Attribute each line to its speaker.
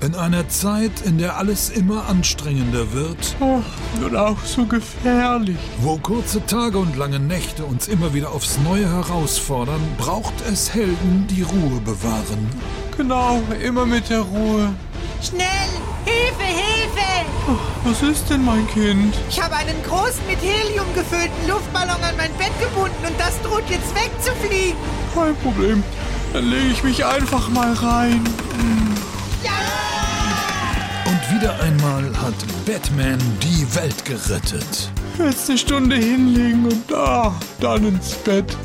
Speaker 1: In einer Zeit, in der alles immer anstrengender wird
Speaker 2: und auch so gefährlich.
Speaker 1: Wo kurze Tage und lange Nächte uns immer wieder aufs Neue herausfordern, braucht es Helden, die Ruhe bewahren.
Speaker 2: Genau, immer mit der Ruhe.
Speaker 3: Schnell! Hilfe, Hilfe!
Speaker 2: Was ist denn, mein Kind?
Speaker 3: Ich habe einen großen mit Helium gefüllten Luftballon an mein Bett gebunden und das droht jetzt wegzufliegen.
Speaker 2: Kein Problem. Dann lege ich mich einfach mal rein.
Speaker 1: Und wieder einmal hat Batman die Welt gerettet.
Speaker 2: Jetzt eine Stunde hinlegen und da, ah, dann ins Bett.